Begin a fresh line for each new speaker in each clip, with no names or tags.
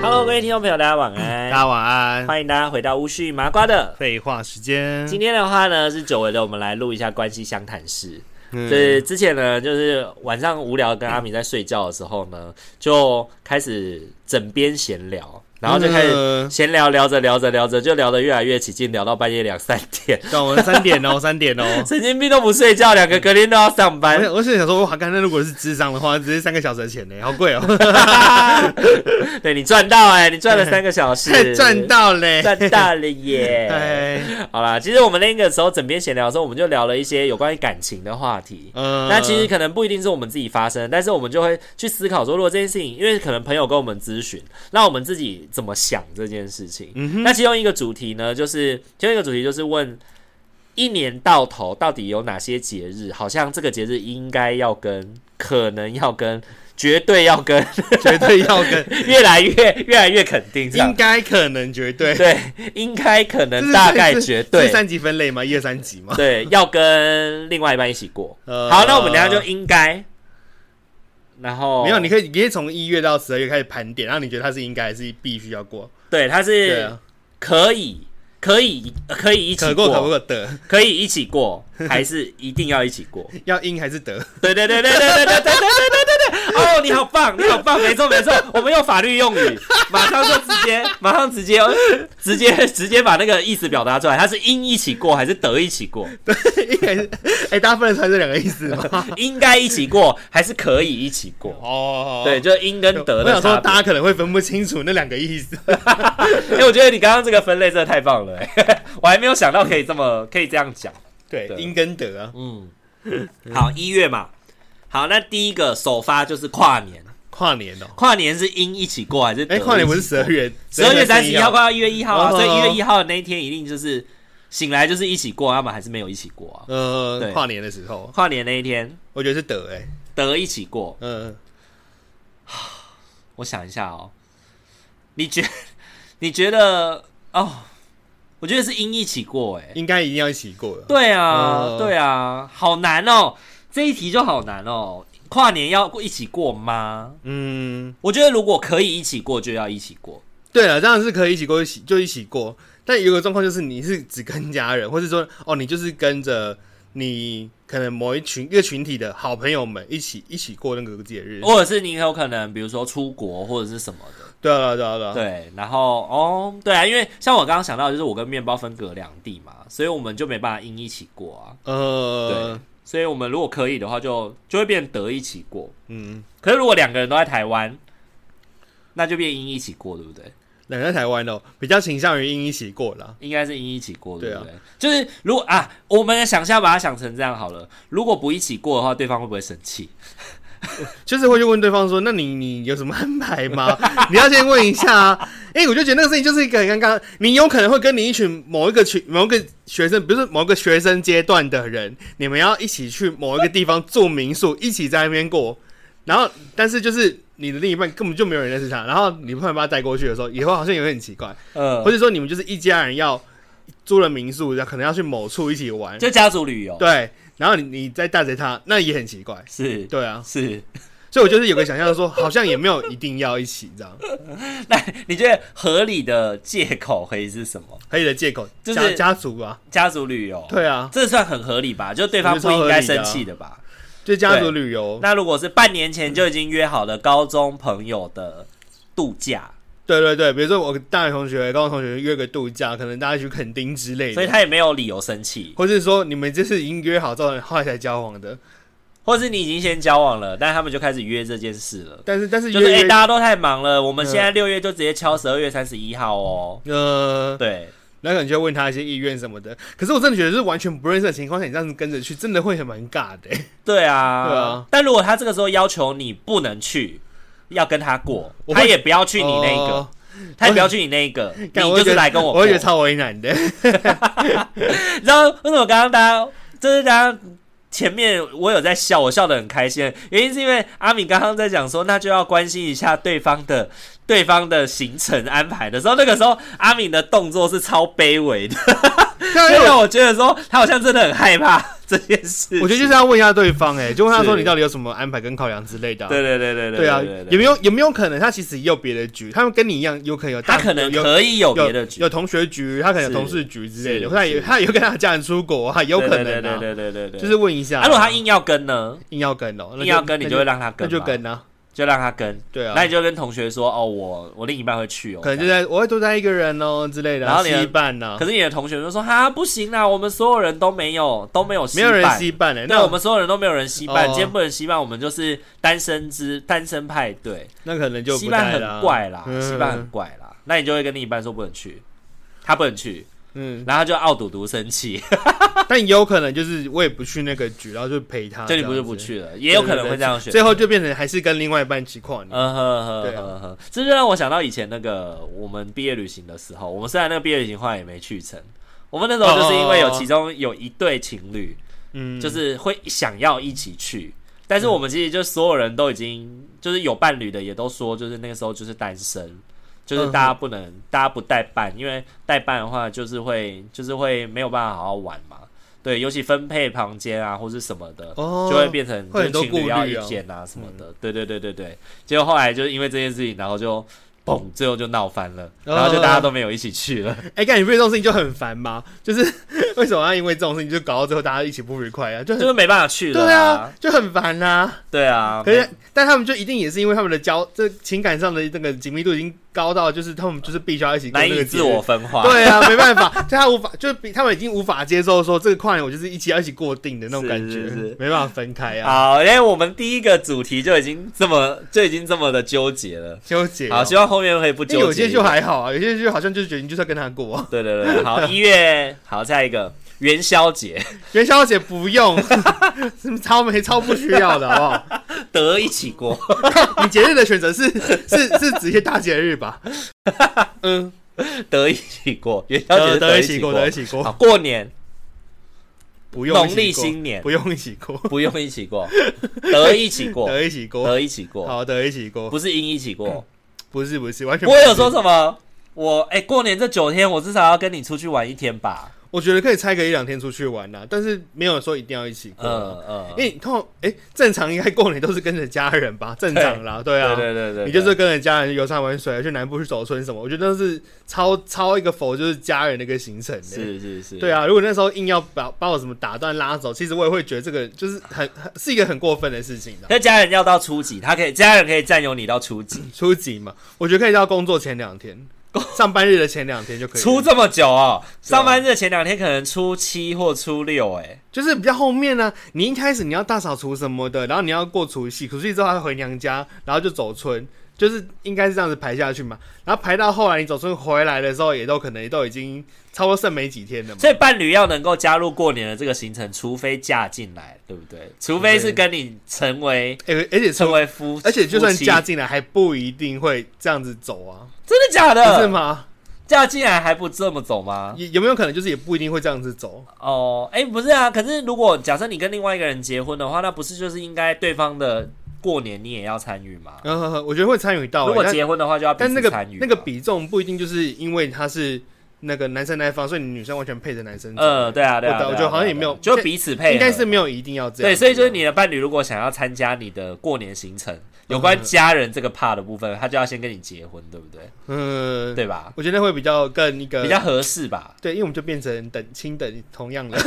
Hello，各位听众朋友，大家晚安。
大家晚安。
欢迎大家回到巫师与麻瓜的。
废话时间，
今天的话呢，是久违的，我们来录一下关系相谈室。
嗯
对，之前呢，就是晚上无聊跟阿米在睡觉的时候呢，就开始枕边闲聊，然后就开始
嗯
闲聊，聊着聊着聊着，就聊得越来越起劲，聊到半夜两三点，
到我们三点 哦，三点哦。
神经病都不睡觉，两个隔天都要上班
我。想我 是想说，哇，刚才如果是智商的话，直接三个小时的钱呢，好 贵哦，
对你赚到哎、你赚了三个小时，
赚到 嘞，
赚到了耶！
哎，
好啦，其实我们那个时候枕边闲聊的时候，我们就聊了一些有关于感情的话题。
嗯
那其实可能不一定是我们自己发生，但是我们就会去思考说，如果这件事情，因为可能朋友跟我们咨询，那我们自己怎么想这件事情？那其中一个主题呢，就是其中一个主题就是问，一年到头到底有哪些节日？好像这个节日应该要跟，可能要跟，绝对要跟，
绝对要 跟，
越来越越来越肯定这样
应。该可能绝 对，
对，应该可
这
能
啊是
大概
这是
绝
这
对
是三级分类吗？一二三级吗？
对，要跟另外一半一起过。
呃
好，那我们等一下就应该，然后
没有，你可以你可以从一月到十二月开始盘点，然后你觉得它是应该还是必须要过？
对，他
对
是
啊，
可以可以可以一起
可过可不过得，
可以一起 过，还是一定要一起过？
要应还是得？
对对对对对对对对对对对对！哦，你好棒，你好棒，没错没错，我们用法律用 语，马上就直接，马上直接，直接直接把那个意思表达出来，他是应一起过还是得一起过？
应该是，哎，大家分得出来这两个意思吗？
应该一起过还是可以一起过？
哦，
对，就应跟得
我
的
想说，
差
大家
别。
可能会分不清楚那两个意思。
哎、我觉得你刚刚这个分类真的太棒了、欸， 我还没有想到可以这么可以这样讲。
对
对，
因跟得啊，
嗯，好，一月嘛，好，那第一个首发就是跨年，
跨年哦。
跨年是应一起过还是得
哎，
一起过？
跨年不是十二月，
十二月三
31
十一号，快要一月一号啊，
哦
所以一月一号的那一天一定就是醒来就是一起过，要么还是没有一起过啊。
呃
对，
跨年的时候，
跨年那一天
我觉得是得哎，
得一起过，
嗯，
我想一下哦，你觉 你觉得哦？我觉得是应一起过、欸，哎，
应该一定要一起过了。
对啊，
嗯
对啊，好难哦，这一题就好难哦。跨年要一起过吗？
嗯，
我觉得如果可以一起过，就要一起过。
对了，当然是可以一起过，一起就一起过。但有个状况就是，你是只跟家人，或是说，哦，你就是跟着你可能某一群一个群体的好朋友们一起一起过那个节日。
或者是你有可能，比如说出国或者是什么的，
对啊，对啊，对啊，
对。然后哦，对啊，因为像我刚刚想到，就是我跟面包分隔两地嘛，所以我们就没办法因一起过啊。对
呃，，
所以我们如果可以的话就，就会变得一起过。
嗯，
可是如果两个人都在台湾，那就变因一起过，对不对？
两个在台湾哦，比较倾向于因一起过啦。
应该是应一起过，对
对啊
不对？就是如果啊，我们想象把它想成这样好了，如果不一起过的话，对方会不会生气？
就是会去问对方说：“那你你有什么安排吗？” 你要先问一下啊。哎、我就觉得那个事情就是一个很尴尬，你有可能会跟你一群某一个群、某一个学生，比如说某一个学生阶段的人，你们要一起去某一个地方住民宿，一起在那边过。然后，但是就是你的另一半根本就没有人认识他，然后你突然把他带过去的时候，以后好像也会很奇怪，
呃
或，者说你们就是一家人要租了民宿，然后可能要去某处一起玩，
就家族旅游，
对。然后你你再带着他，那也很奇怪，
是，
对啊。
是。
所以我就是有个想象说，好像也没有一定要一起这样，
那你觉得合理的借口可以是什么？
可以的借口，
就是
家家族吧，
家族旅游，
对啊，
这算很合理吧？就对方不应该生气的吧？
就家族旅游，
那如果是半年前就已经约好了高中朋友的度假，
对对对，比如说我大学同学、高中同学约个度假，可能大家去垦丁之类
所以
的，
他也没有理由生气，
或是说你们这是已经约好，造成后来才交往的，
或是你已经先交往了，但他们就开始约这件事了，
但是但是
就是哎、
约
诶
约
大家都太忙了，我们
嗯
现在六月就直接敲十二月三十一号哦。
呃，
对，
那可能就要问他一些意愿什么的。可是我真的觉得，是完全不认识的情况下，你这样子跟着去，真的会很蛮尬的、欸
对啊，
对啊。
但如果他这个时候要求你不能去，要跟他过，
我会
他也不要去你那个，
哦
他也不要去你那个，你
干
就
会觉
是
得
来跟我
我
过。
会觉得超 为难的。
你知道为什么刚刚大家就是大家前面我有在笑，我笑得很开心，原因是因为阿敏刚刚在讲说，那就要关心一下对方的对方的行程安排的时候，那个时候阿敏的动作是超卑微的，
对啊因
就
为
让
我
我觉得说他好像真的很害怕这件事。
我觉得就是要问一下对方、哎，就问他说
是
你到底有什么安排跟考量之类的啊、
对对对对
对啊
对对，
有没有有没有可能他其实也有别的局？他们跟你一样，有可能有大
他可能
有
可以有
有
别的局
有。同学局，他可能有
是
同事局之类的，
是
或者也
是
他也有跟他的家人出国啊，也有可能啊。
对对对对对对，
就是问一下、
啊，如果他硬要跟呢，
硬要跟哦、那
硬要跟你就会让他
那
跟嘛，
就跟啊，
就让他跟，
对啊，
那你就跟同学说哦，我我另一半会去哦，
可能就在我会独在一个人哦之类的，
然后你的
稀饭呢
啊可，是你的同学就说哈不行啦，我们所有人都没有都没有
没有人
办
稀饭哎，
对，
那
我们所有人都没有人稀办，
哦
今天不能稀办，我们就是单身之单身派对，
那可能就
稀
不
办
带了啊
很，怪啦，
嗯
稀办很怪啦，那你就会跟另一半说不能去，他不能去，
嗯，
然后他就傲赌独生气，
但也有可能就是我也不去那个局，然后就陪他，
就你
啊
不
这样子
是不，去了，也有可能会这样选。
最后就变成还是跟另外一半一起跨年，
嗯哼哼
对啊
哼哼，这就让我想到以前那个我们毕业旅行的时候，我们虽然那个毕业旅行后来也没去成，我们那时候就是因为有
哦
其中有一对情侣，
嗯，
就是会想要一起去，但是我们其实就所有人都已经就是有伴侣的也都说，就是那个时候就是单身，就是大家不能、大家不带伴，因为带伴的话就是会就是会没有办法好好玩嘛。对，尤其分配房间啊或是什么的，
哦
就会变成
会很多
就是情侣
顾
要
虑
意
啊
见啊什么的。对对对对对，结果后来就是因为这件事情，然后就。嘣！最后就闹翻了，
哦
然后就大家都没有一起去 了。
哎，干你不这种事情就很烦嘛，就是 为什么要因为这种事情就搞到最后大家一起不愉快啊？就
就
很
是没办法去了、
对啊，，就很烦啊。
对啊。
可是，但他们就一定也是因为他们的交这情感上的那个紧密度已经高到，就是他们就是必须要一起过
难
那
以
个
自
节日
我分化。
对啊，没办法，就他无法，就是比他们已经无法接受说这个跨年我就是一起要一起过定的那种
是
感觉，
是是
没办法分开啊，
好，因为我们第一个主题就已经这么就已经这么的纠结了。
纠结哦、
好，希望后面可以不
因为
纠
有
结。
些就还好啊，有些就好像就是决定就是要跟他过、啊
对对对，好，一月好，下一个元宵节，
元宵节不用， 是超没超不需要的好
得一起过。
不好？你节日的选择是是是指一些大节 日吧？嗯，
得一起过，元宵节是
得
一
一起
过，
过，得一
起
起
好，
过，
过年
不用
农
一
历
起过
新年
不用一起过，
不用一起 过，得一起过，
得一起过，
得一起过，
好，得一起过，
不是因一起过。
不是不是，完全不
我
是
有说，什么？我哎、过年这九天，我至少要跟你出去玩一天吧。
我觉得可以拆个一两天出去玩呐、啊但是没有说一定要一起过啊、
嗯嗯
因，为你通常哎、正常应该过年都是跟着家人 吧，正常啦，对啊，
对对对对，
你就是跟着家人游山玩水，去南部去走村什么，我觉得那是超超一个否，就是家人的一个行程、欸。
是是是，
对啊，如果那时候硬要把把我什么打断拉走，其实我也会觉得这个就是很很是一个很过分的事 情的。
那家人要到初级，他可以家人可以占有你到初级，
初级嘛，我觉得可以到工作前两天，上班日的前两天就可以了，
出这么久哦，
啊
上班日前两天可能初七或初六，哎，
就是比较后面呢、你一开始你要大扫除什么的，然后你要过除夕，除夕之后还要回娘家，然后就走村，就是应该是这样子排下去嘛。然后排到后来你走村回来的时候，也都可能也都已经差不多剩没几天了嘛。
所以伴侣要能够加入过年的这个行程，除非嫁进来，对不对？除非是跟你成为
而而且
成
说，
为夫，
而且就算
夫妻
嫁进来，还不一定会这样子走啊，
真的假
不是
的？
吗？嗯
嫁进来还不这么走吗？
也有没有可能就是也不一定会这样子走？
哦，哎，不是啊，可是如果假设你跟另外一个人结婚的话，那不是就是应该对方的过年你也要参与吗？
嗯，我觉得会参与到、
如
欸，
果
但
结婚的话，就要彼
但那
此
个
参与嘛。
那个比重不一定就是因为他是那个男生那一方，所以你女生完全配着男生走。
呃，对啊，对啊，
嗯我
对啊
我觉得好像
对啊
也没有
就彼此配合，
应该是没有一定要这样。嗯
对，所以就是你的伴侣如果想要参加你的过年行程，
嗯
有关家人这个 part 的部分，他就要先跟你结婚，对不对？
嗯，呃
对吧？
我觉得会比较更一个
比较合适吧？
对，因为我们就变成等亲等同样的，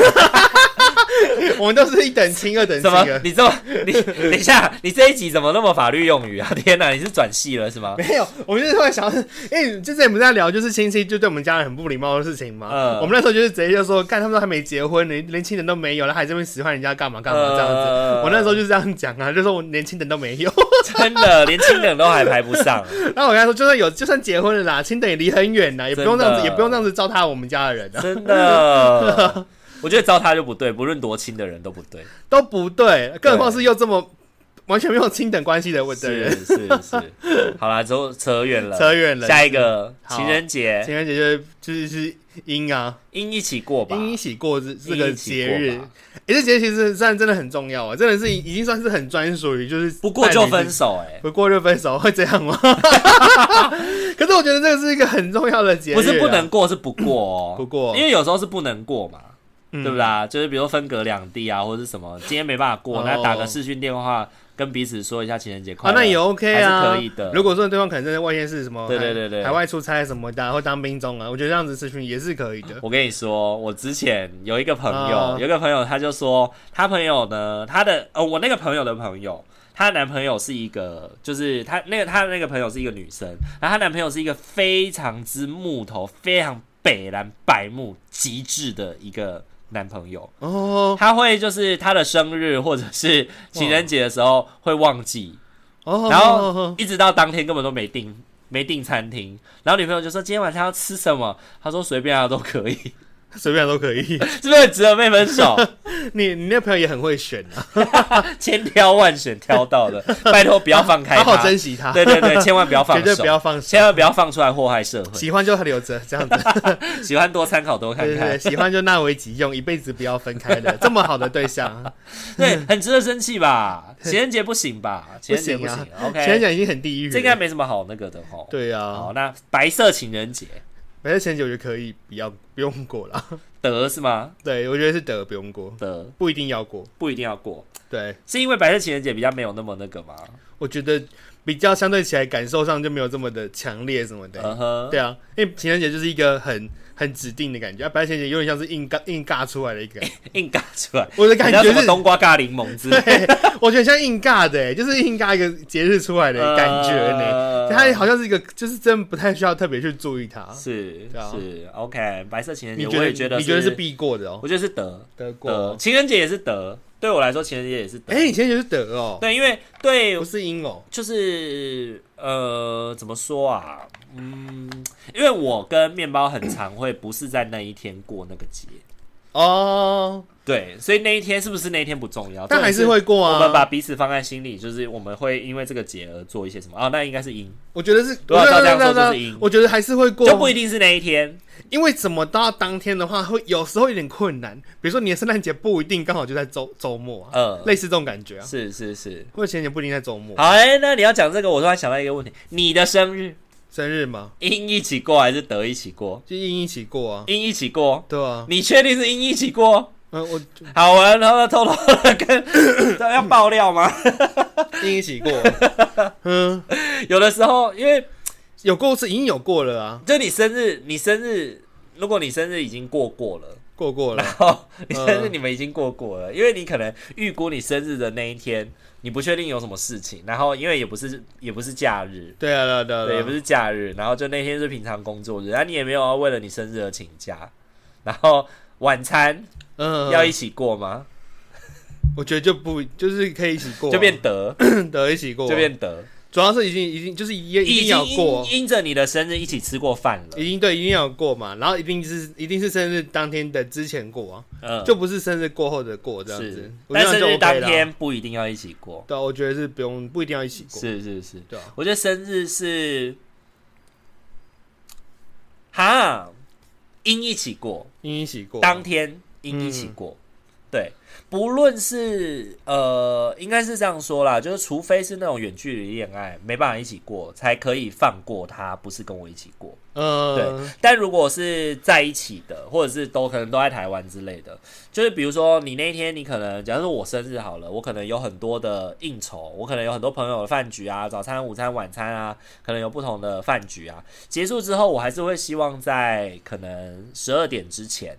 我们都是一等亲、二等
怎
亲
么
的？。
你这么 你等一下，你这一集怎么那么法律用语啊？ 天哪，你是转系了是吗？
没有，我就是突然想到，哎、之前不是在聊就是亲戚就对我们家人很不礼貌的事情吗？
嗯
我们那时候就是直接就说，干他们都还没结婚，连年轻人都没有，然后还这边使唤人家干嘛干嘛这样子。
呃
我那时候就是这样讲啊，就说我年轻人都没 有。
真的连亲等都还排不上，
然后我跟他说，就算有，就算结婚了啦，亲等也离很远啦，也不用这样
真
子，
的
也不用这样子糟蹋我们家的人啊，
真 的。我觉得糟蹋就不对，不论多亲的人都不对。
都不对，更何况
对
是又这么完全没有亲等关系的我的
是
人，
是是，好啦，之后扯远了，
扯远了。
下一个
好
情人节，
情人节就是就是是阴啊，
应一起过吧。
阴一起过这这
应
个
一起
节
过
日
吧，
哎、这节日其实算真的很重要啊，真的是已已经算是很专属于就是
不过就
伴侣
分
之，
手哎、
不过就分手会这样吗？ 可是我觉得这个是一个很重要的节日、啊
不是不能，过，是不过哦。
不过
因为有时候是不能过嘛，
嗯
对不啦？就是比如说分隔两地啊，或者是什么，今天没办法过，
哦
那打个视讯电话跟彼此说一下情人节快
啊，
乐。
那也 OK 啊，
还是可以的
如果说对方可能在外县是什么，
对对对对
海外出差什么的，或当兵中啊，我觉得这样子咨询也是可以的。
我跟你说，我之前有一个朋友，
啊
有一个朋友，他就说他朋友呢，他的呃，我那个朋友的朋友，她男朋友是一个，就是她那个她的那个朋友是一个女生，然后她男朋友是一个非常之木头、非常北蓝白目极致的一个男朋友。
哦
他会就是他的生日或者是情人节的时候会忘记，
哦，
然后一直到当天根本都没订没订餐厅，然后女朋友就说今天晚上要吃什么，他说随便啊都可以，
随便都可以。
是不是很值得被分手？
你你那朋友也很会选啊，
千挑万选挑到的，拜托不要放开
好好珍
他，
惜他，
对对对，千万不要放
绝对
手
不。要放手
千，万不要放出来祸害社会，
喜欢就留着这样子，
喜欢多参考多看
对对对，
看，
喜欢就纳为己用，一辈子不要分开的，这么好的对象，啊
对，很值得生气吧？情人节不行吧？情人节不
不行啊
行，OK，
前讲已经很地狱了，
哎这应该没什么好那个的吼。
对啊
好，，那白色情人节
反正前九就可以不要不用过了，
得是吗？
对我觉得是得不用过，
的
不一定要过，
不一定要过，
对。
是因为白色情人节比较没有那么那个嘛？
我觉得比较相对起来感受上就没有这么的强烈什么的。
嗯哼，
对啊，因为情人节就是一个很很指定的感觉，啊，白情人节有点像是硬尬硬尬出来的 一个感觉，
硬尬出来，
我的感
你知道
觉
什么
是。
冬瓜尬柠檬 汁，
对，我觉得像硬尬的、欸，就是硬尬一个节日出来的感觉呢、
呃
它好像是一个，就是真的不太需要特别去注意它。
是
对啊
是 OK，白色情人
你
节
觉
我
得
也觉得
你觉得是必过的哦、
我觉得是得
德
得，
国，
情人节也是得，对我来说情人节也是得
哎、，你情人节是德哦、
对，因为对
不是英哦、
就是呃，怎么说啊？嗯，因为我跟面包很常会不是在那一天过那个节，
哦，
对，所以那一天是不是那一天不重要，
但还
重点
是会过啊。
我们把彼此放在心里，就是我们会因为这个节而做一些什么啊？那应该是因，
我觉得是，
对啊
我觉得
照这样说
对啊
就是赢
我觉得还是会过，啊
就不一定是那一天。
因为怎么到当天的话，会有时候有点困难。比如说你的圣诞节不一定刚好就在周周末啊，
呃，
类似这种感觉啊，
是是是。
或者情人节不一定在周末，
好，哎、那你要讲这个，我突然想到一个问题：你的生日
生日嘛，
因一起过还是得一起过？
就一一起过啊，
因一起过，
对啊，
你确定是因一起过？
嗯，我
好，我要偷偷的跟要爆料吗？
一一起过，嗯，
有的时候，因为
有过是已经有过了啊，
就你生日，你生日，如果你生日已经过过了。
过过 了，
哦，你生日
嗯
你们已经过过了，因为你可能预估你生日的那一天，你不确定有什么事情，然后因为也不是也不是假日，
对啊，对啊，对啊
对，
对
也
啊，
不是假日，然后就那天是平常工作日，然后你也没有要为了你生日而请假，然后晚餐
嗯，
要一起过吗？
我觉得就不就是可以一起过啊，
就变得
得一起过啊，
就变得，
主要是已经已经就是也一
已
定要
经
过啊
因，因着你的生日一起吃过饭了，
一定对，一定要过嘛，然后一定是一定是生日当天的之前过啊，
嗯，
就不是生日过后的过这样
是
子。，我觉
但
得
生
这样就
日
OK 啦
当，天不一定要一起过，
对啊，我觉得是不用不一定要一起过，
是是是，
对啊，
我觉得生日是，哈，因一起过，
一起过。
当天因一起过，对，不论是呃，应该是这样说啦，就是除非是那种远距离恋爱，没办法一起过，才可以放过他，不是跟我一起过。
呃，
但如果是在一起的，或者是都可能都在台湾之类的，就是比如说你那一天，你可能假如说我生日好了，我可能有很多的应酬，我可能有很多朋友的饭局啊，早餐、午餐、晚餐啊，可能有不同的饭局啊。结束之后，我还是会希望在可能十二点之前。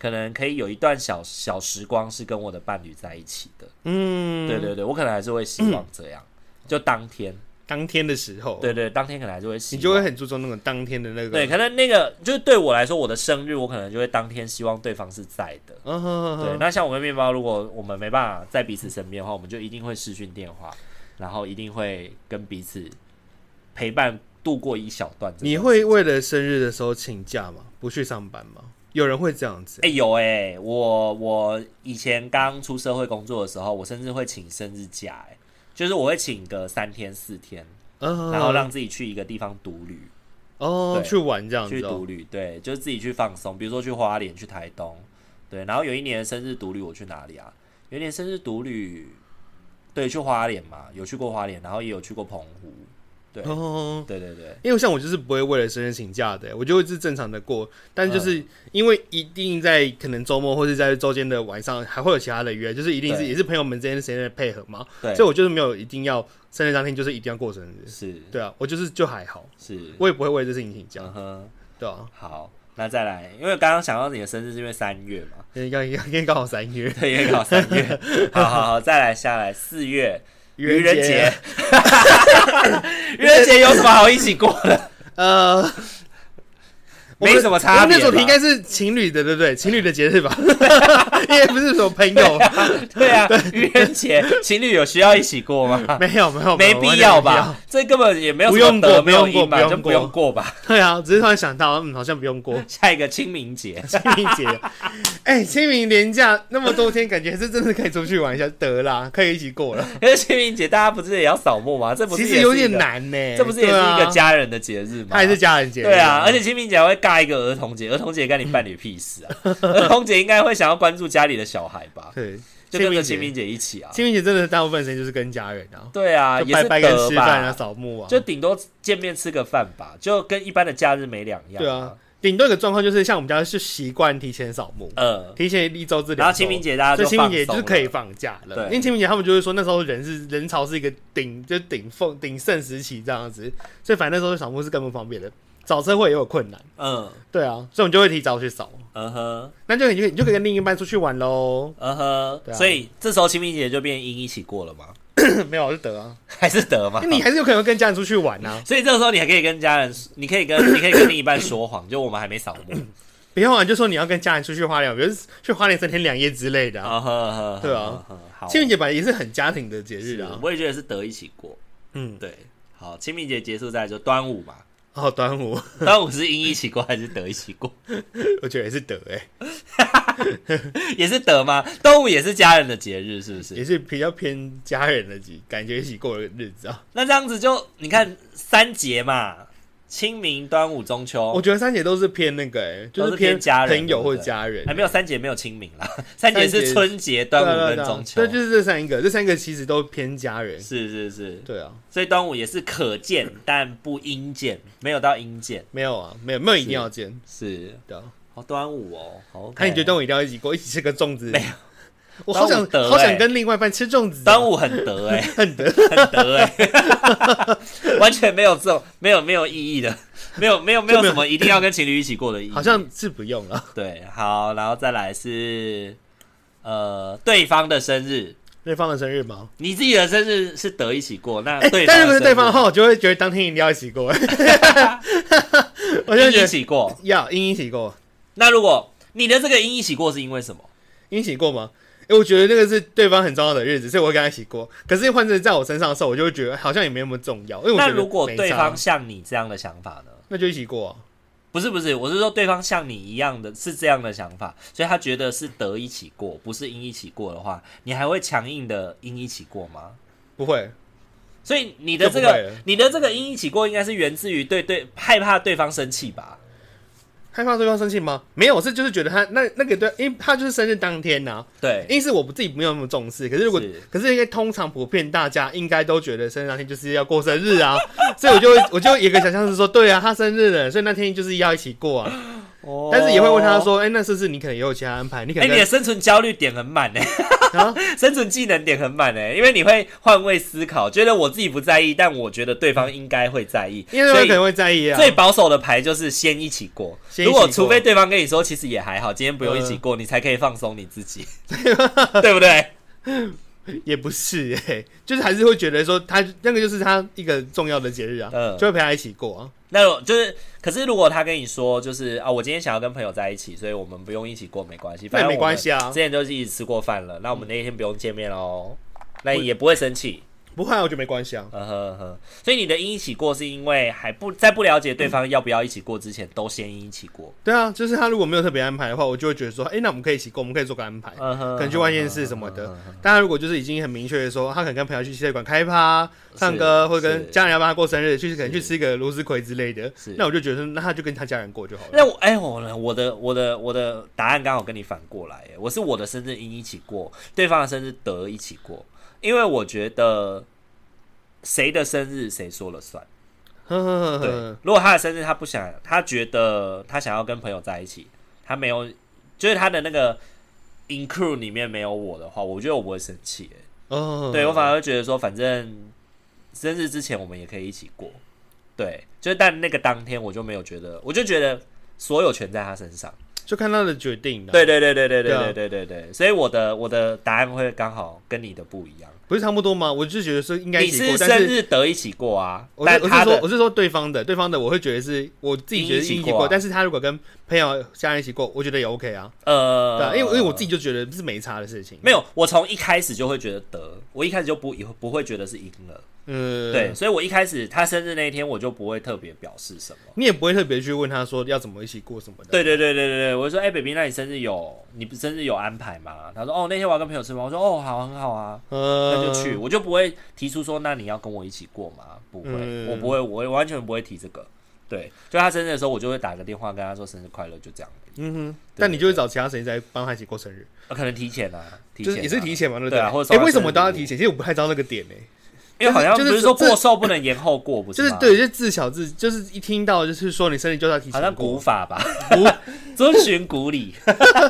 可能可以有一段小小时光是跟我的伴侣在一起的。
嗯，
对对对，我可能还是会希望这样，就当天，
当天的时候，
对对，当天可能还是会希望，
你就会很注重那种当天的那个，
对，可能那个就是对我来说，我的生日我可能就会当天希望对方是在的。
嗯哼，
对，
对，
那像我跟面包，如果我们没办法在彼此身边的话，我们就一定会视讯电话，然后一定会跟彼此陪伴度过一小段这段时间。
你会为了生日的时候请假吗？不去上班吗？有人会这样子，
哎、有哎、我我以前刚出社会工作的时候，我甚至会请生日假、哎，就是我会请个三天四天，
嗯
然后让自己去一个地方独旅，
哦
对
去玩这样
去
子
独
哦，
旅，对，就是自己去放松，比如说去花莲、去台东，对。然后有一年生日独旅，我去哪里啊？有一年生日独旅，对，去花莲嘛，有去过花莲，然后也有去过澎湖，对，
哦。
对对对，
因为像我就是不会为了生日请假的，我就会是正常的过，但就是
嗯
因为一定在可能周末或是在周间的晚上还会有其他的约，就是一定是
对
也是朋友们之间的时间的配合嘛，
对，
所以我就是没有一定要生日当天就是一定要过生日，
是
对啊，我就是就还好，
是，
我也不会为这事情请假
嗯，哼，
对啊，
好，那再来，因为刚刚想到你的生日是因为三月嘛，
应该应该应该刚好三月
对，也搞三月， 好好好，再来下来四月 愚人节，愚人节有什么好一起过的？
呃，我们
没什么差别吧
我们的主题应该是情侣的，对不对？情侣的节日吧， 因为不是什么朋友，
对啊，愚人节情侣有需要一起过吗？
没有没有
没
有
必要
完全
吧，这根本也没有
不
什么
用过
得
不
没有
用过
赢吧，
不用
就不用
过
过吧。
没 有对啊，只是突然想到，嗯，好像不 用过
下一个清明节，
清明节。哎、清明连假那么多天，感觉是真的可以出去玩一下，得啦，可以一起过 了。
因为清明节大家不是也要扫墓吗？这不是
其
也
实
是
有
一
点
个，
难呢、
这不是也是一
对
个
啊，
家人的节日吗？
他也是家人节日，
对啊，而且清明节还会尬一个儿童节，儿童节干你伴侣屁事啊！儿童节应该会想要关注家里的小孩吧，
对，
就跟着
清
清明
明节，
节一起啊。
清明节真的大部分时间就是跟家人啊，
对啊，
就
也
拜
是
拜跟
得
吃饭啊、
吧，
扫墓啊，
就顶多见面吃个饭吧，就跟一般的假日没两样。
对啊，顶多一个状况就是像我们家是习惯提前扫墓，
呃，
提前一周至
然
两
后
周
清明节大家
所
就
以清明节就
放
是
松
可以
了
放假了。
对
因为清明节他们就是说那时候人是人潮是一个顶就是顶峰鼎盛时期这样子，所以反正那时候扫墓是更不方便的，扫车会也有困难。
嗯
对啊，所以我们就会提早去扫，
嗯哼。
那就你就你就可以跟另一半出去玩喽
嗯哼，
对啊
所以这时候清明节就变阴一起过了吗？
没有就得啊，
还是得吗
那？你还是有可能会跟家人出去玩 啊。
所以这个时候你还可以跟家人，你可以跟你可以 跟另一半说谎，就我们还没扫墓。
不用啊，就说你要跟家人出去花莲，比如去花莲三天两夜之类的啊。
啊呵呵，
对啊
呵，呵好，
清明节本来也是很家庭的节日
是
啊。
我也觉得是得一起过。
嗯，
对，好，清明节结束再来就端午嘛，
哦，端午
端午是阴一起过还是得一起过？
我觉得也是得哎、
也是得吗？端午也是家人的节日，是不
也
是？
是比较偏家人的几感觉一起过的日子啊。
那这样子就你看三节嘛，清明、端午、中秋
我，觉得三姐都是偏那个、欸，就
哦都是偏
偏
家人
朋友或
对不对
家人
还。没有三节没有清明啦，三节
三
是
节
春节、
对
端
啊
午
对啊
跟
对啊
中秋
对，，就是这三个，这三个其实都偏家人。
是是是，
对啊，
所以端午也是可见但不应见，没有到应见，
没有啊，没有没有一定要见。
是
对啊，
哦，端午哦，好，
那你觉得端午一定要一起过，一起吃个粽子？
没
有，我好
端
想
午得欸
好想跟另外一半吃粽子啊。
端午很得哎、
很得，
很得哎、 完全没有这种没有没有意义的，没有没有没有什么一定要跟情侣一起过的意义。
好像是不用了。
对，好，然后再来是呃对方的生日，
对方的生日吗？
你自己的生日是得一起过，那
哎
对，方
但
的
如果是
生
对方
日
的话，我就会觉得当天一定要 一起过。我就
一
觉得
起过。
要应一起过，
那如果你的这个因一起过是因为什么？
一起过吗？哎、我觉得那个是对方很重要的日子，所以我会跟他一起过。可是换成在我身上的时候，我就会觉得好像也没那么重要，因为我觉
那
得
如果
没
对
差
方像你这样的想法呢？
那就一起过、啊，
不是不是，我是说对方像你一样的是这样的想法，所以他觉得是得一起过，不是因一起过的话，你还会强硬的因一起过吗？
不会，
所以你的这
就不会
个
了
你的这个因一起过，应该是源自于对对害怕对方生气吧？
害怕对方生气吗？没有，我是就是觉得他那那个对，因为他就是生日当天呐、
对，
因此我不自己没有那么重视。可是如果
是
可是应该通常普遍大家应该都觉得生日当天就是要过 生日啊，所以我就会我就有一个想象是说，对啊，他生日了，所以那天就是要一起过啊。
哦
但是也会问他，说，哎、那是不是你可能也有其他安排？你可
哎、你
能跟、
的生存焦虑点很满呢、
啊，
生存技能点很满呢、因为你会换位思考，觉得我自己不在意，但我觉得对方应该会在意，
因为他
所
们
以
可能会在意啊。
最保守的牌就是先一起过，
先一
如
起过
果除非对方跟你说其实也还好，今天不用一起过，你才可以放松你自己，对不对？
也不是哎、 就是还是会觉得说他那个就是他一个重要的节日啊，
嗯
就会陪他一起过啊。
那种就是，可是如果他跟你说就是啊，我今天想要跟朋友在一起，所以我们不用一起过没关系，
那
反
也
正
没
我们
关系啊
之前就是一起吃过饭了，那我们那一天不用见面喽，那你也
嗯
不会生气。
不会啊，我觉得没关系啊。
嗯哼哼，所以你的一起过是因为还不在不了解对方要不要一起过之前，都先一起过。
对啊，就是他如果没有特别安排的话，我就会觉得说，哎、那我们可以一起过，我们可以做个安排，
嗯哼，
可能去万宴室什么的。但他如果就是已经很明确的说，他可能跟朋友去汽水馆开趴、唱歌，或者跟家人要帮他过生日，就是可能去吃一个芦丝葵之类的
是，
那我就觉得那他就跟他家人过就好了。
那我哎、我呢？我的我的我的答案刚好跟你反过来，哎我是我的生日因一起过，对方的生日得一起过，因为我觉得谁的生日谁说了算。
呵呵呵
对
呵，，
如果他的生日他不想，他觉得他想要跟朋友在一起，他没有，就是他的那个 include 里面没有我的话，我觉得我不会生气，哎
哦，
对我反而会觉得说，反正生日之前我们也可以一起过，对，就是但那个当天我就没有觉得，我就觉得所有权在他身上。
就看他的决定了。
对对对对对
对啊
对对对对对，所以我的我的答案会刚好跟你的不一样。
不是差不多吗？我就觉得说应该一
你
起过，
是
但
生
是
日得一起过啊，
我
但
是我
他
是说
的
我是说对方的，对方的我会觉得是我自己觉得
一
是
起
一起
过
过
啊，
但是他如果跟朋友家人一起过，我觉得也 OK 啊，对
呃
啊，，因为因为我自己就觉得是没差的事情，
没有，我从一开始就会觉得得，我一开始就不以后不会觉得是赢了，
呃，
对，，所以我一开始他生日那一天我就不会特别表示什么。
你也不会特别去问他说要怎么一起过什么的，
对对对对对对，我就说，哎、b a b y 那你生日有你不生日有安排吗？他说，哦，那天我要跟朋友吃饭。我说，哦，好，很好啊，
呃，
那就去，我就不会提出说，那你要跟我一起过吗？不会，
嗯
我不会，我完全不会提这个。对，就他生日的时候，我就会打个电话跟他说生日快乐，就这样。
嗯哼，但你就会找其他谁在帮他一起过生日，
呃可能提前啊，提
就
前啊
是也是提，前嘛，对不
对
对？
啊或者送
哎，
他
为什么
生日
都要
礼物
提前？其实我不太知道那个点呢，
因为好像
就
不
是
是说
这
过寿不能延后过，不
就是
吗？
对，就自小自就是一听到就是说你生日就要提前过，
好像古法吧， 遵循古礼，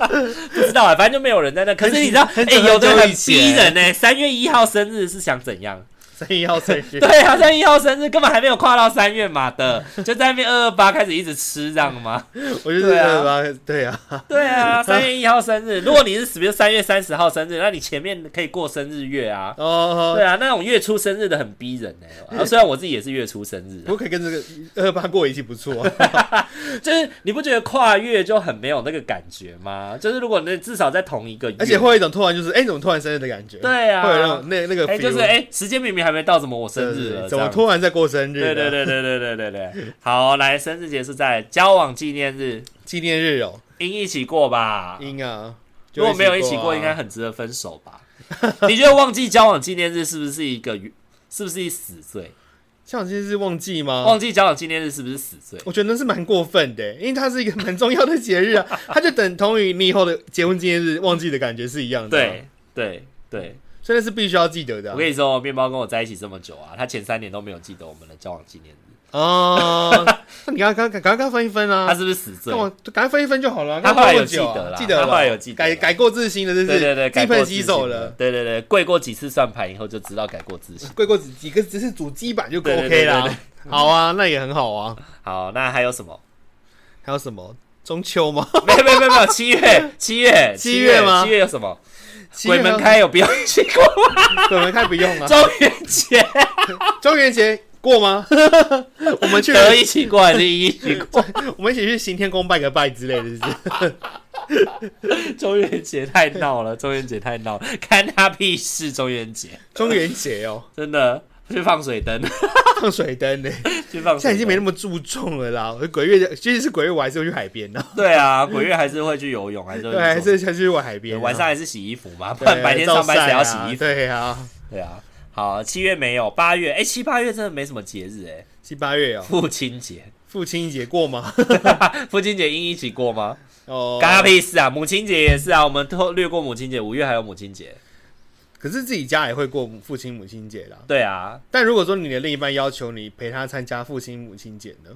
不知道啊，反正就没有人在那。可是你知道，哎、
很久很久
有的很
以前
逼人呢、三月一号生日是想怎样？
生日要生 日，
对啊，三月一号生日根本还没有跨到三月嘛的，就在那边二二八开始一直吃，这样吗？
我就是
对啊
对吧对啊，
对啊，三月一号生日， 如果你是比如三月三十号生日，那你前面可以过生日月啊。
哦，
对啊，那种月初生日的很逼人呢、啊虽然我自己也是月初生日啊、
我可以跟这个二八过一起不错、 啊
就是你不觉得跨越就很没有那个感觉吗？就是如果你至少在同一个月，
而且会有一种突然就是哎、你怎么突然生日的感觉？、
对啊，
会有那种那那个 feel，、
哎、就是哎、时间明明还没到，怎么我生
对
日
对
了？
对怎么
拖？
突然在过生日？啊
对对，对对对对对对。好，来，生日节是在交往纪念日，
纪念日哦，
应一起过吧。
应啊，
如果没有一起过，应啊该很值得分手吧？ 你觉得忘记交往纪念日是不是一个是不是一死罪？
像这是忘记吗？
忘记交往纪念日是不是死罪？
我觉得那是蛮过分的，因为它是一个蛮重要的节日 啊，它就等同于你以后的结婚纪念日忘记的感觉是一样的、啊
对，啊对对，
所以那是必须要记得的、啊
我。跟你说，面包跟我在一起这么久啊，他前三年都没有记得我们的交往纪念日，
哦，那你刚刚赶快跟他分一分啊
他，是不是死罪
干？嘛赶快分一分就好了啊。
他后来有
干嘛这么久啊
记得啦
记得了，
他后来有记得
改
了
改过自新了，是不
对
是？
对对，
自
改过
喷
自
洗
新
手
了
了。
对对对，跪过几次算盘以后就知道改过自新。
贵过几几个只是主机版就够
对对
OK 啦。
对对
好啊，那也很好啊。
好，那还有什么？
还有什么中秋吗？
没有没有没有没有，七月七月
七月吗
七月有什么？
七
鬼
月还有
门，开有必要一起过吗？
鬼门开不用啊。
中元节
中元节过吗？我们去，
得一起过还是一起过？
我们一起去行天宫拜个拜之类的，是 不是？
中元节太闹了，中元节太闹了， 看他屁事！中元节
中元节哦，
真的去放水灯，
放水灯呢，现
去 放水灯。
在已经没那么注重了啦。我鬼月即使是鬼月，我还是会去海边的，
对啊，鬼月还是会去游泳，还是会去
对，还
做
是还是去玩海边啊。
晚上还是洗衣服嘛，不
对
然白天上班谁要洗
照晒啊
衣服？
对啊，
对啊。好，七月没有，八月，哎、七八月真的没什么节日、哎，
七八月哦，
父亲节，
父亲节过吗？
父亲节应一起过吗？
哦，
干他屁事啊！母亲节也是啊，我们都略过母亲节，五月还有母亲节。
可是自己家也会过父亲母亲节啦。
对啊，
但如果说你的另一半要求你陪他参加父亲母亲节呢？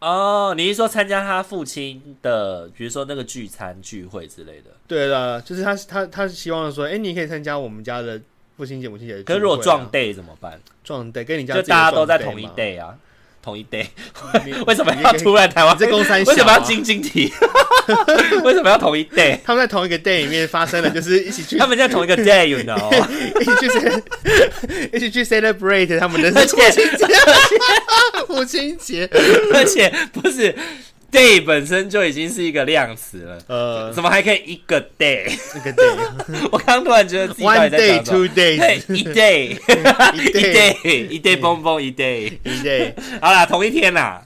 哦，你是说参加他父亲的，比如说那个聚餐聚会之类的？
对了，就是他他他希望说，哎、你可以参加我们家的父亲节、母亲节的聚会啊、
可是如果撞 day 怎么办？
撞 day，跟你家
就
自己的
大家都
撞
在
day
同一
嘛
day 啊，同一 day，
你
为什么
你
要
可以
突然台湾
你？在公三小啊
为什么要晶晶体？ 为什么要同一 day？
他们在同一个 day 里面发生了，就是一起去
他们在同一 个 day，you know？
一起去 cele- 一起去 celebrate 他们的
而且
父亲节。
而且不是 day 本身就已经是一个量词了。
呃，
怎么还可以一个 day？
那个 day
我刚刚突然觉得自己到底
one
在
day
讲什么
two days
对，
嗯
一 day，
一
一 day，一 day 蹦蹦一 day。
一 day
好啦，同一天啦。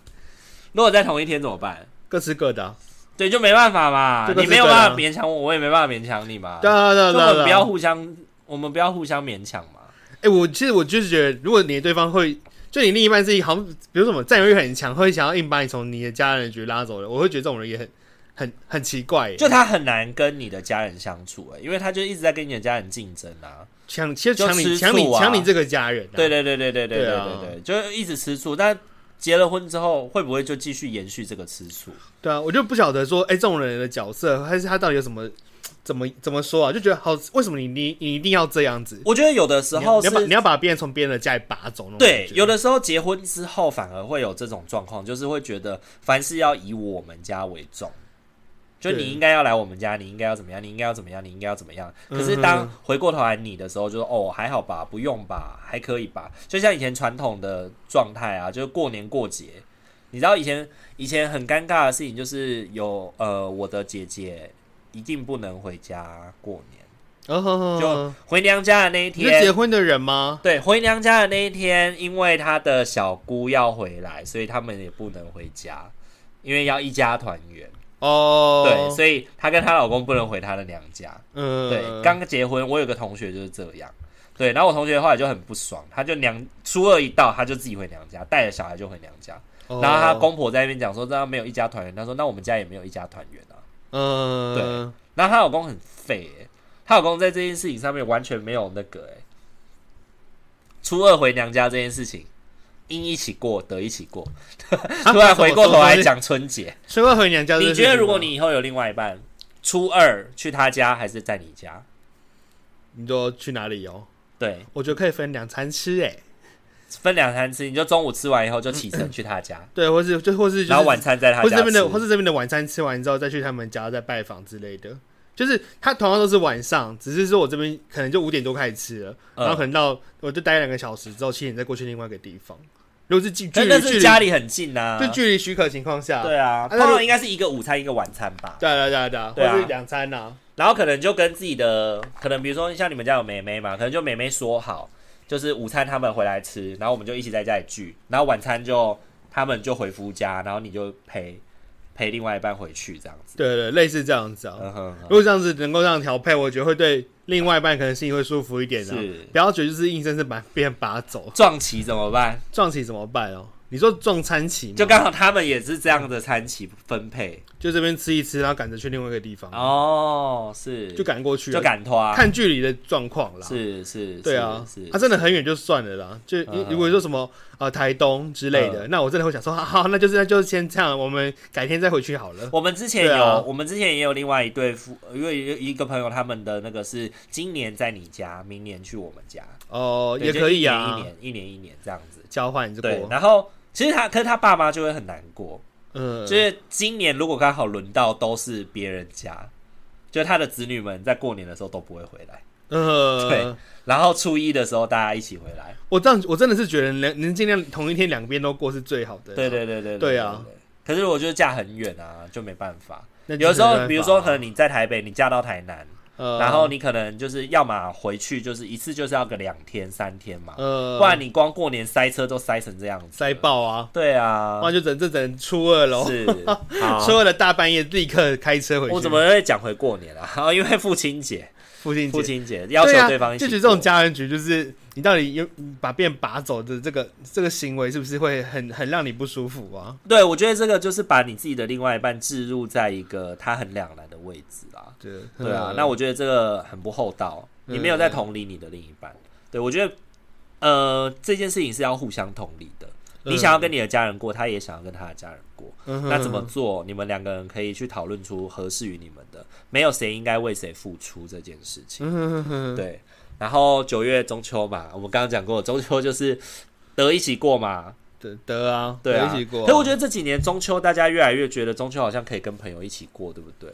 如果在同一天怎么办？
各吃各的啊。
对，就没办法嘛
这，个
你
是
没有
对的
办法勉强我，我也没办法勉强你嘛。
对啊对啊
就
对
我
啊
们
对
不要
啊。
互相，我们不要互相勉强嘛。
哎，我其实我就是觉得，如果你对方会。就你另一半是一好像，比如说什么占有欲很强，会想要硬把你从你的家人局拉走的，我会觉得这种人也很很很奇怪耶。欸
就他很难跟你的家人相处、欸，因为他就一直在跟你的家人竞争啊。
抢，其实
就
抢你
吃
抢你
醋啊
抢你这个家人啊。
对对对对对对对
对啊
对对，就一直吃醋。但结了婚之后，会不会就继续延续这个吃醋？
对啊，我就不晓得说，哎、这种人的角色，还是他到底有什么，怎么怎么说啊？就觉得好，为什么你你你一定要这样子？
我觉得有的时
你要
候
你要把
是
你要把别人从别人的家里拔走那种感觉。
对，有的时候结婚之后反而会有这种状况，就是会觉得凡事要以我们家为重，就
对
你应该要来我们家，你应该要怎么样，你应该要怎么样，你应该要怎么样。可是
嗯哼
当回过头来你的时候，就是哦还好吧，不用吧，还可以吧。就像以前传统的状态啊，就是过年过节，你知道以前以前很尴尬的事情就是有呃我的姐姐一定不能回家过年，
哦，呵呵
就
呵
回娘家的那一
你是
天，
结婚的人吗？
对，回娘家的那一天，因为他的小姑要回来，所以他们也不能回家，因为要一家团圆。
哦，
对，所以她跟她老公不能回她的娘家。
嗯，
对，刚结婚，我有个同学就是这样。对，然后我同学后来就很不爽，他就娘初二一到，他就自己回娘家，带着小孩就回娘家。
哦
然后他，公婆在那边讲说，这样没有一家团圆。他说，那我们家也没有一家团圆啊。
嗯，
然后她老公很废、欸，她老公在这件事情上面完全没有那个、欸，初二回娘家这件事情，因一起过得一起过，
啊
突然回过头来，
什么
讲春节，
东西所以会回娘家这
你
件
觉
事情吗。
得如果你以后有另外一半，初二去他家还是在你家？
你说去哪里哦？
对，
我觉得可以分两餐吃，哎，
分两餐吃，你就中午吃完以后就启程去他家，
对，或是就或是就是
然后晚餐在他
嗯或
家
是
吃，
这边的，或是这边的晚餐吃完之后再去他们家再拜访之类的。就是他同样都是晚上，只是说我这边可能就五点多开始吃了，
嗯
然后可能到我就待两个小时之后，七点再过去另外一个地方。如果是距距
但
离
但
距
是
离
家里很近啊
就，距离许可情况下，
对啊，
那
通
如
常应该是一个午餐一个晚餐吧。
对啊对啊对啊，
对啊
或是两餐呐、
然后可能就跟自己的，可能比如说像你们家有妹妹嘛，可能就妹妹说好，就是午餐他们回来吃，然后我们就一起在家里聚，然后晚餐就他们就回夫家，然后你就陪陪另外一半回去这样子。
对对，类似这样子啊。
嗯哼哼
如果这样子能够这样调配，我觉得会对另外一半可能心里会舒服一点的、
是
不要觉得就是硬生生把别人拔走，
撞旗怎么办？
撞起怎么办哦？你说撞餐起吗，
就刚好他们也是这样的餐期分配
就这边吃一吃，然后赶着去另外一个地方，
哦，是
嗯就赶过去了，
就赶拖啊，
看距离的状况啦。，
是是，
对啊
是，
啊，
是
真的很远就算了啦。就
嗯
如果说什么呃台东之类的，那我真的会想说，好好，那就是那就先这样，我们改天再回去好了。
我们之前有，
对啊
我们之前也有另外一对夫，因为一个朋友他们的那个是今年在你家，明年去我们家，
哦，
对
也
就
可以
一
啊，
年一年一年一年这样子。
交换这
对，
个，
然后其实他，可是他爸妈就会很难过，
嗯，
就是今年如果刚好轮到都是别人家，就是他的子女们在过年的时候都不会回来，对
呃，
然后初一的时候大家一起回来。
我这样我真的是觉得能能尽量同一天两边都过是最好的。
对，对对对对
对啊。
对可是如果就是嫁很远啊，就没办法。
那就
有时
没办
候，
法
比如说可能你在台北，你嫁到台南，
呃，
然后你可能就是要么回去，就是一次就是要个两天三天嘛，
呃，
不然你光过年塞车都塞成这样子，
塞。爆啊，
对啊
不，然就整这整初二喽，
是
初
好。
二的大半夜立刻开车回去。
我怎么会讲回过年啊？ 哦因为父亲节，
父亲
父
节？
亲节要求
对
对方一
啊、
起
就
过。
觉得这种家人局，就是你到底有你把别人拔走的这个这个行为，是不是会很很让你不舒服啊？
对我觉得这个就是把你自己的另外一半置入在一个他很两难的位置啦。
对
对啊，那我觉得这个很不厚道，
嗯
你没有在同理你的另一半。对我觉得，呃，这件事情是要互相同理的。你想要跟你的家人过，他也想要跟他的家人过，
嗯哼
那怎么做？你们两个人可以去讨论出合适于你们的，没有谁应该为谁付出这件事情。
嗯哼哼哼
对，然后九月中秋嘛，我们刚刚讲过，中秋就是得一起过嘛，
得得啊，
对啊。
得一起过啊。
可是我觉得这几年中秋，大家越来越觉得中秋好像可以跟朋友一起过，对不对？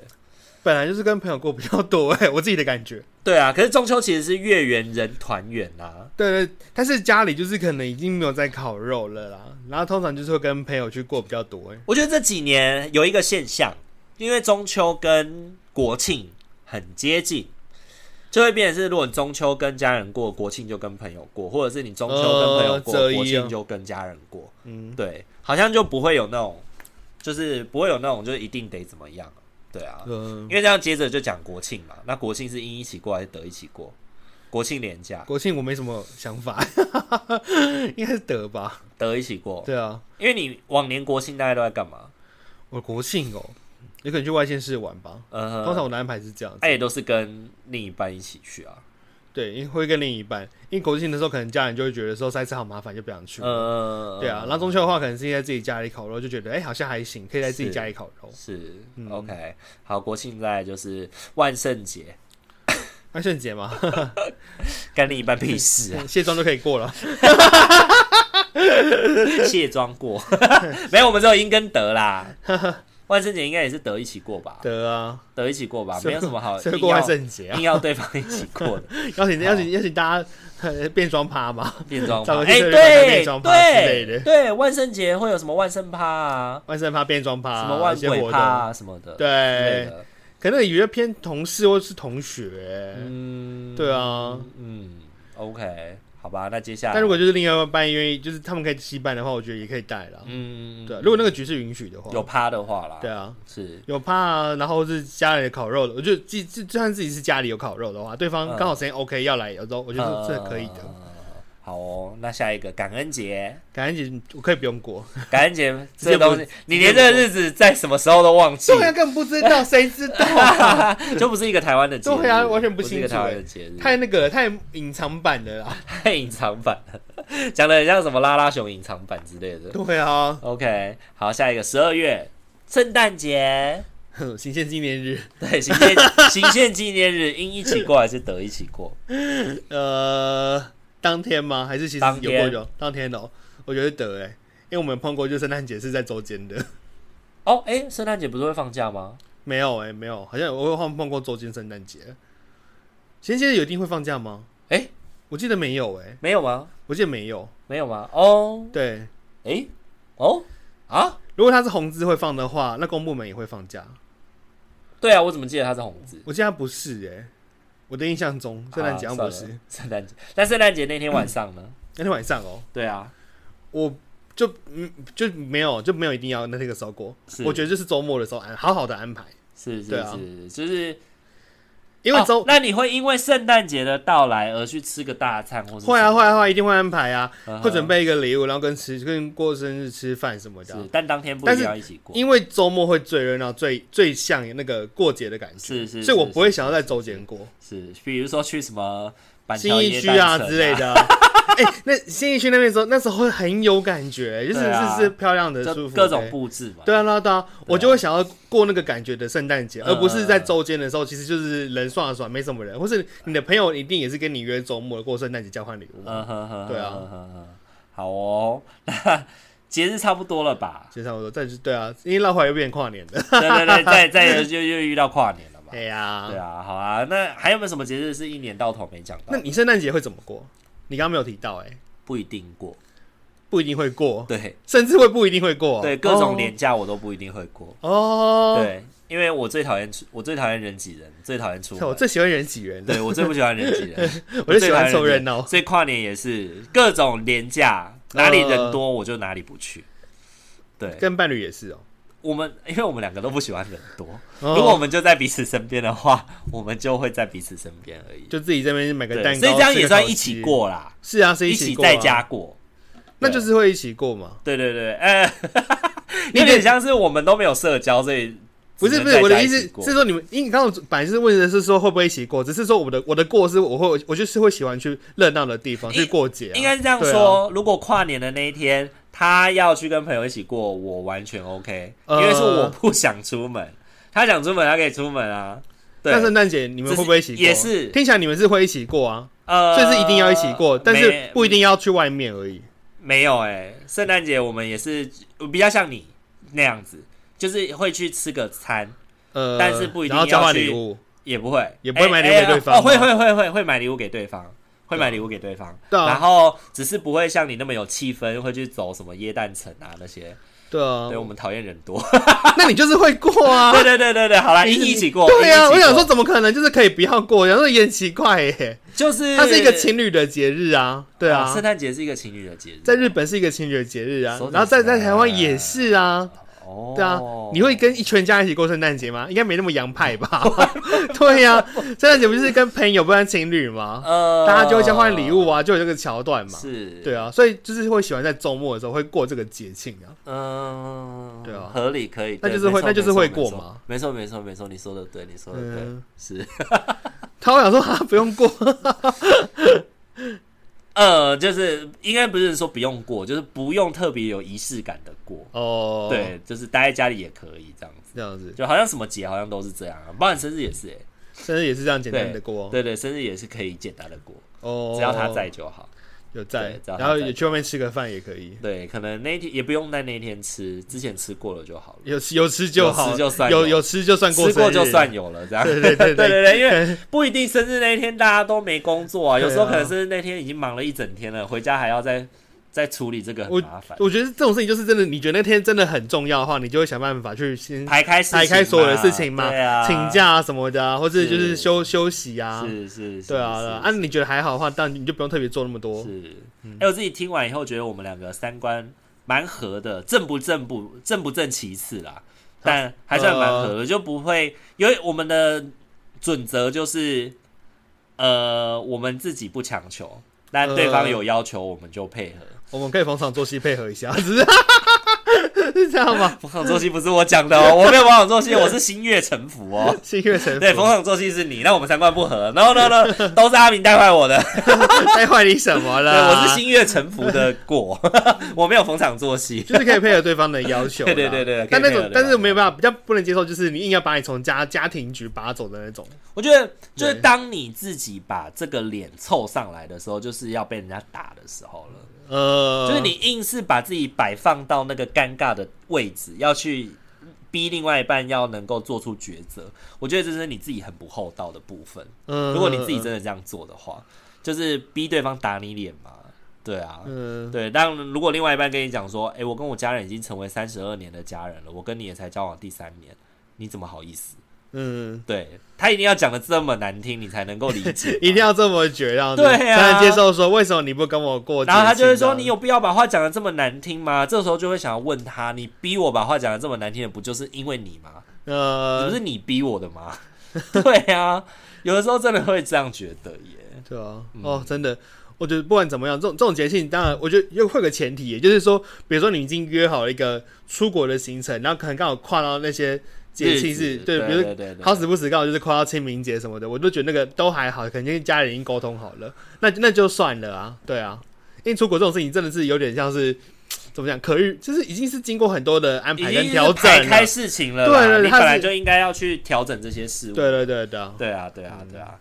本来就是跟朋友过比较多哎、我自己的感觉。
对啊，可是中秋其实是月圆人团圆啊。
对对，但是家里就是可能已经没有在烤肉了啦，然后通常就是会跟朋友去过比较多哎、
我觉得这几年有一个现象，因为中秋跟国庆很接近，就会变成是，如果你中秋跟家人过，国庆就跟朋友过，或者是你中秋跟朋友过，
呃这一样
国庆就跟家人过。
嗯，
对，好像就不会有那种，就是不会有那种，就是一定得怎么样。对啊，
嗯
因，为这样接着就讲国庆嘛，那国庆是因一起过还是得一起过？国庆连假
国庆我没什么想法， 应该是得吧？
得一起过，
对啊，
因为你往年国庆大家都在干嘛？
我国庆哦、有可能去外县市玩吧。
呃，
通常我的安排是这样子，
哎，也都是跟另一半一起去啊。
对，因为会跟另一半，因为国庆的时候可能家人就会觉得说塞车好麻烦，就不想去。
呃，
对啊，然后中秋的话，可能是在自己家里烤肉，就觉得哎、好像还行，可以在自己家里烤肉。
是、
嗯
OK。好，国庆再来就是万圣节，
万哎圣节 嘛，
干另一半屁事啊！
卸妆就可以过了。
卸妆过，没有，我们只有英跟德啦。万圣节应该也是德一起过吧？
得啊，
德一起过吧，没有什么 好
谁会
硬
过
要
万圣节啊
硬？要对方一起过的
邀请邀请邀请大家呃变装趴嘛，
变装趴。
找个
哎，
去对面
对
变装趴之类
对
的
对，万圣节会有什么万圣趴啊，
万圣趴、变装趴、
什么万
一些活
鬼趴
动。
啊什么的，之类
对，
的。
可能有些偏同事或是同学，
嗯，
对啊。
嗯，OK，好吧，那接下来，
但如果就是另外一半愿意，就是他们可以羁绊的话，我觉得也可以带啦。
嗯，
对啊，如果那个局是允许的话，
有趴的话啦，
对啊，
是
有怕啊，然后是家里的烤肉的，我就自己就算自己是家里有烤肉的话，对方
嗯
刚好时间 OK 要来，有时候我觉得这可以的。
呃好哦，那下一个感恩节，
感恩节我可以不用过，
感恩 节
直
这
接
个
不
东西，你连这个日子在什么时候都忘记
对，啊，更不知道，谁知道啊？
就不是一个台湾的节日，
对啊完全不
不是一个
清楚
台湾
欸
的节日，
太那个了，太隐藏版的啦。
太 隐藏版了，讲的很像什么拉拉熊隐藏版之类的。
对啊，
OK，好，下一个十二月圣诞节，
哼新鲜纪念日，
对，行宪行宪纪念日，应一起过还是得一起过？
呃，当天吗？还是其实
当
有
天
过有当天哦、我觉得得哎、因为我们碰过，就圣诞节是在周间的，
哦，哎、圣诞节不是会放假吗？
没有哎、没有，好像我有碰碰过周间圣诞节。现在有一定会放假吗？
哎
我记得没有哎、
没有吗？
我记得没有。
没有吗？哦，
对，
哎、哦，啊，
如果它是红字会放的话，那公部门也会放假。
对啊，我怎么记得它是红字？
我记得它不是哎、我的印象中圣诞节好
啊
像不
算
是
了圣诞节，但圣诞节那天晚上呢？
那天晚上哦、
对啊，
我就嗯就没有就没有一定要那那个时候过
是，
我觉得就是周末的时候安好好的安排，
是是是，
对啊
就是
因为周、
哦那你会因为圣诞节的到来而去吃个大餐，或是
会啊会啊会啊，一定会安排啊，
嗯嗯哼
会准备一个礼物，然后跟吃跟过生日吃饭什么的啊
是，，但当天不一
但
定
是
要一起过。
因为周末会最热闹，最最像那个过节的感觉，
是是
所以我
是
不会想要在周间过，
是，比如说去什么板
新
桥
一
耶
区
诞
啊
城
之类，的啊。哎、那新一区那边的时候，那时候会很有感觉，就是、
对啊
是是漂亮的、舒
就
服的
各种布置嘛。
对啊，对啊，对啊，我就会想要过那个感觉的圣诞节，
嗯
而不是在周间的时候，其实就是人算了算，没什么人，或是你的朋友一定也是跟你约周末过圣诞节交换礼物，
嗯哼哼，
对啊？
哼哼哼好哦，那 节日差不多了吧
就像我说，再就对啊，因为绕回来又变跨年的，
对对对，再再就又遇到跨年了 嘛
哎。呀，
对啊，好啊，那还有没有什么节日是一年到头没讲到？
那你圣诞节会怎么过？你刚刚没有提到、哎，
不一定过，
不一定会过，
对
甚至会不一定会过，
对，各种廉价我都不一定会过。
哦，
对，因为我最讨厌出，我最讨厌人挤人，最讨厌出
哦我
门。
最喜欢人挤人的，
对我最不喜欢人挤人，
我就喜
最讨
欢哦
厌
凑热
人挤
闹，
所以跨年也是各种廉价，哪里人多我就哪里不去。对，
呃跟伴侣也是哦、
我们因为我们两个都不喜欢人多，
哦
如果我们就在彼此身边的话，我们就会在彼此身边而已。
就自己这边买个
对，
蛋糕，
所以这样
吃
也
个
算
烤
一起
鸡，
过啦，
是啊，是
一
起
起
过、啊，
在家过。
那就是会一起过嘛。
对对对，呃，有
你
点
得
像是我们都没有社交，所以
不是
只能
不是，
在
我的
家
意
一
思
起过
是说你们，因为你刚刚本来是问的是说会不会一起过，只是说我的我的过是我会我就是会喜欢去热闹的地方去过节、啊，
应该是这样
对啊
说，如果跨年的那一天他要去跟朋友一起过，我完全 OK，因
呃
为是我不想出门，他想出门，他可以出门啊。对，
那圣诞节你们会不会一起过？
也是
听起来你们是会一起过啊，
呃，
所以是一定要一起过，但是
没
不一定要去外面而已。
没有哎、圣诞节我们也是我比较像你那样子，就是会去吃个餐，
呃，
但是不一定
然后交
要
换
去
礼物，
也不会，
也不会买礼物
哎
给对方
哎哦，会会会会会买礼物给对方，会买礼物给对方。
对啊
然后只是不会像你那么有气氛，会去走什么椰蛋城啊那些。
对啊
对，我们讨厌人多。
那你就是会过啊。
对对对对对，好啦，
你
一一起过。
对
一
啊，
起过
我想说，怎么可能就是可以不要过？然后也很奇怪耶，
就是
它是一个情侣的节日啊，对
哦
啊
圣，诞节是一个情侣的节日，
在日本是一个情侣的节日啊
说，得
然后在
起来
在台湾也是啊，
哦，
对啊，你会跟一全家一起过圣诞节吗？应该没那么洋派 吧？ 对呀、啊，圣诞节不是跟朋友不然情侣吗？
呃，
大家就会交换礼物啊，就有这个桥段嘛。
是，
对，啊，所以就是会喜欢在周末的时候会过这个节庆啊。
嗯，
对啊
合理可以，
那
对
就是会
没错
那就是会
没错
过嘛
没错没错没错，你说的对，你说的对
嗯，
是，
他会想说啊，不 用过，
呃，就是应该不是说不用过，就是不用特别有仪式感的过，
哦，，
对，就是待在家里也可以这样子，
这样子，
就好像什么节好像都是这样啊，包含生日也是，哎，
生日也是这样简单
对
的过，
对对，生日也是可以简单的过，
哦，
只要他在就好。
有在
对，只要他
然后
在
也去外面吃个饭也可以，
对，可能那一天也不用在那一天吃，之前吃过了就好了，
有吃有吃就
有
好，
吃就算
有
有
有吃就算过
吃
生
过
日
就算，有了，这样。
对 对对
对对对，因为
对，
不一定生日那一天大家都没工作啊，
对啊
有时候可能生日那天已经忙了一整天了，回家还要再再处理这个很麻烦，
我觉得这种事情就是真的，你觉得那天真的很重要的话，你就会想办法去先
排开事情嘛
排开所有的事情嘛，
对啊，
请假啊什么的啊，或者就是
是
休休息啊，
是是是，
对啊，
是
对啊啊，你觉得还好的话，当然你就不用特别做那么多，
是，哎、我自己听完以后觉得我们两个三观蛮合的，正不正不正不正其次啦，但还算蛮合的，就不会因为我们的准则就是，呃，我们自己不强求，但对方
呃
有要求我们就配 合。
我们可以逢场作戏配合一下，只是 是这样吗？
逢场作戏不是我讲的 哦，我没有逢场作戏，我是心悦诚服 哦。
心悦诚服，
对，逢场作戏是你，那我们三观不合，no no no，都是阿明带坏我的。
带坏你什 么
对，啊
了？
我是心悦诚服的过， 我没有逢场作戏。
就是可以配合对方的要求啦。
对对对对可以
但那
配合
种
对方
但是没有办法，比较不能接受，就是你硬要把你从家家庭局拔走的那种。
我觉得，就是
对
当你自己把这个脸凑上来的时候，就是要被人家打的时候了。
呃，
就是你硬是把自己摆放到那个尴尬的位置，要去逼另外一半要能够做出抉择，我觉得这是你自己很不厚道的部分。
嗯，
如果你自己真的这样做的话，就是逼对方打你脸嘛。对啊，
嗯，
对。当如果另外一半跟你讲说，诶，哎我跟我家人已经成为三十二年的家人了，我跟你也才交往第三年，你怎么好意思？
嗯，
对他一定要讲的这么难听，你才能够理解嘛。
一定要这么绝，让
对啊
才能接受说为什么你不跟我过节庆
然
这样？
后他就会说：“你有必要把话讲的这么难听吗？”这时候就会想要问他：“你逼我把话讲的这么难听的，不就是因为你吗？
呃
不，是你逼我的吗？” 对啊，有的时候真的会这样觉得耶。
对啊，
嗯
哦，真的，我觉得不管怎么样，这种这种节庆，当然，我觉得又会有个前提，也就是说，比如说你已经约好了一个出国的行程，然后可能刚好跨到那些节庆
日
是，
子
对，
对
比如
对
说
对对
好死不死刚好就是跨到清明节什么的，我都觉得那个都还好，可能跟家人已经沟通好了，那那就算了啊，对啊，因为出国这种事情真的是有点像是怎么讲，可遇，就是已经是经过很多的安
已
排
经
跟
是
调整
排开
了，
事情了啦，
对对对
你
他
本来
是
就应该要去调整这些事物。
对对对对啊，
对啊，对啊，对啊。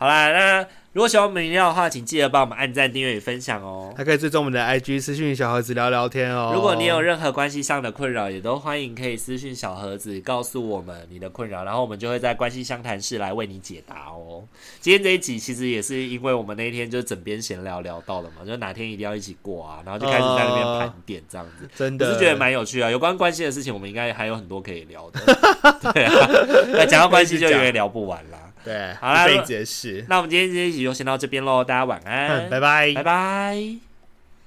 好啦，那如果喜欢我们频道的话，请记得帮我们按赞、订阅与分享哦。
还可以追踪我们的 IG 私讯小盒子聊聊天哦，
如果你有任何关系上的困扰，也都欢迎可以私讯小盒子告诉我们你的困扰，然后我们就会在关系相谈室来为你解答哦。今天这一集其实也是因为我们那一天就枕边闲聊聊到了嘛，就哪天一定要一起过啊，然后就开始在那边盘点这样子。
真
我
的，
是觉得蛮有趣啊，有关关系的事情，我们应该还有很多可以聊 的。对啊，那讲到关 系就有点聊不完啦。
对，
好啦
一辈
如
子的事。
嗯那我们今天这一集就先到这边喽，大家晚安，
拜拜
拜。拜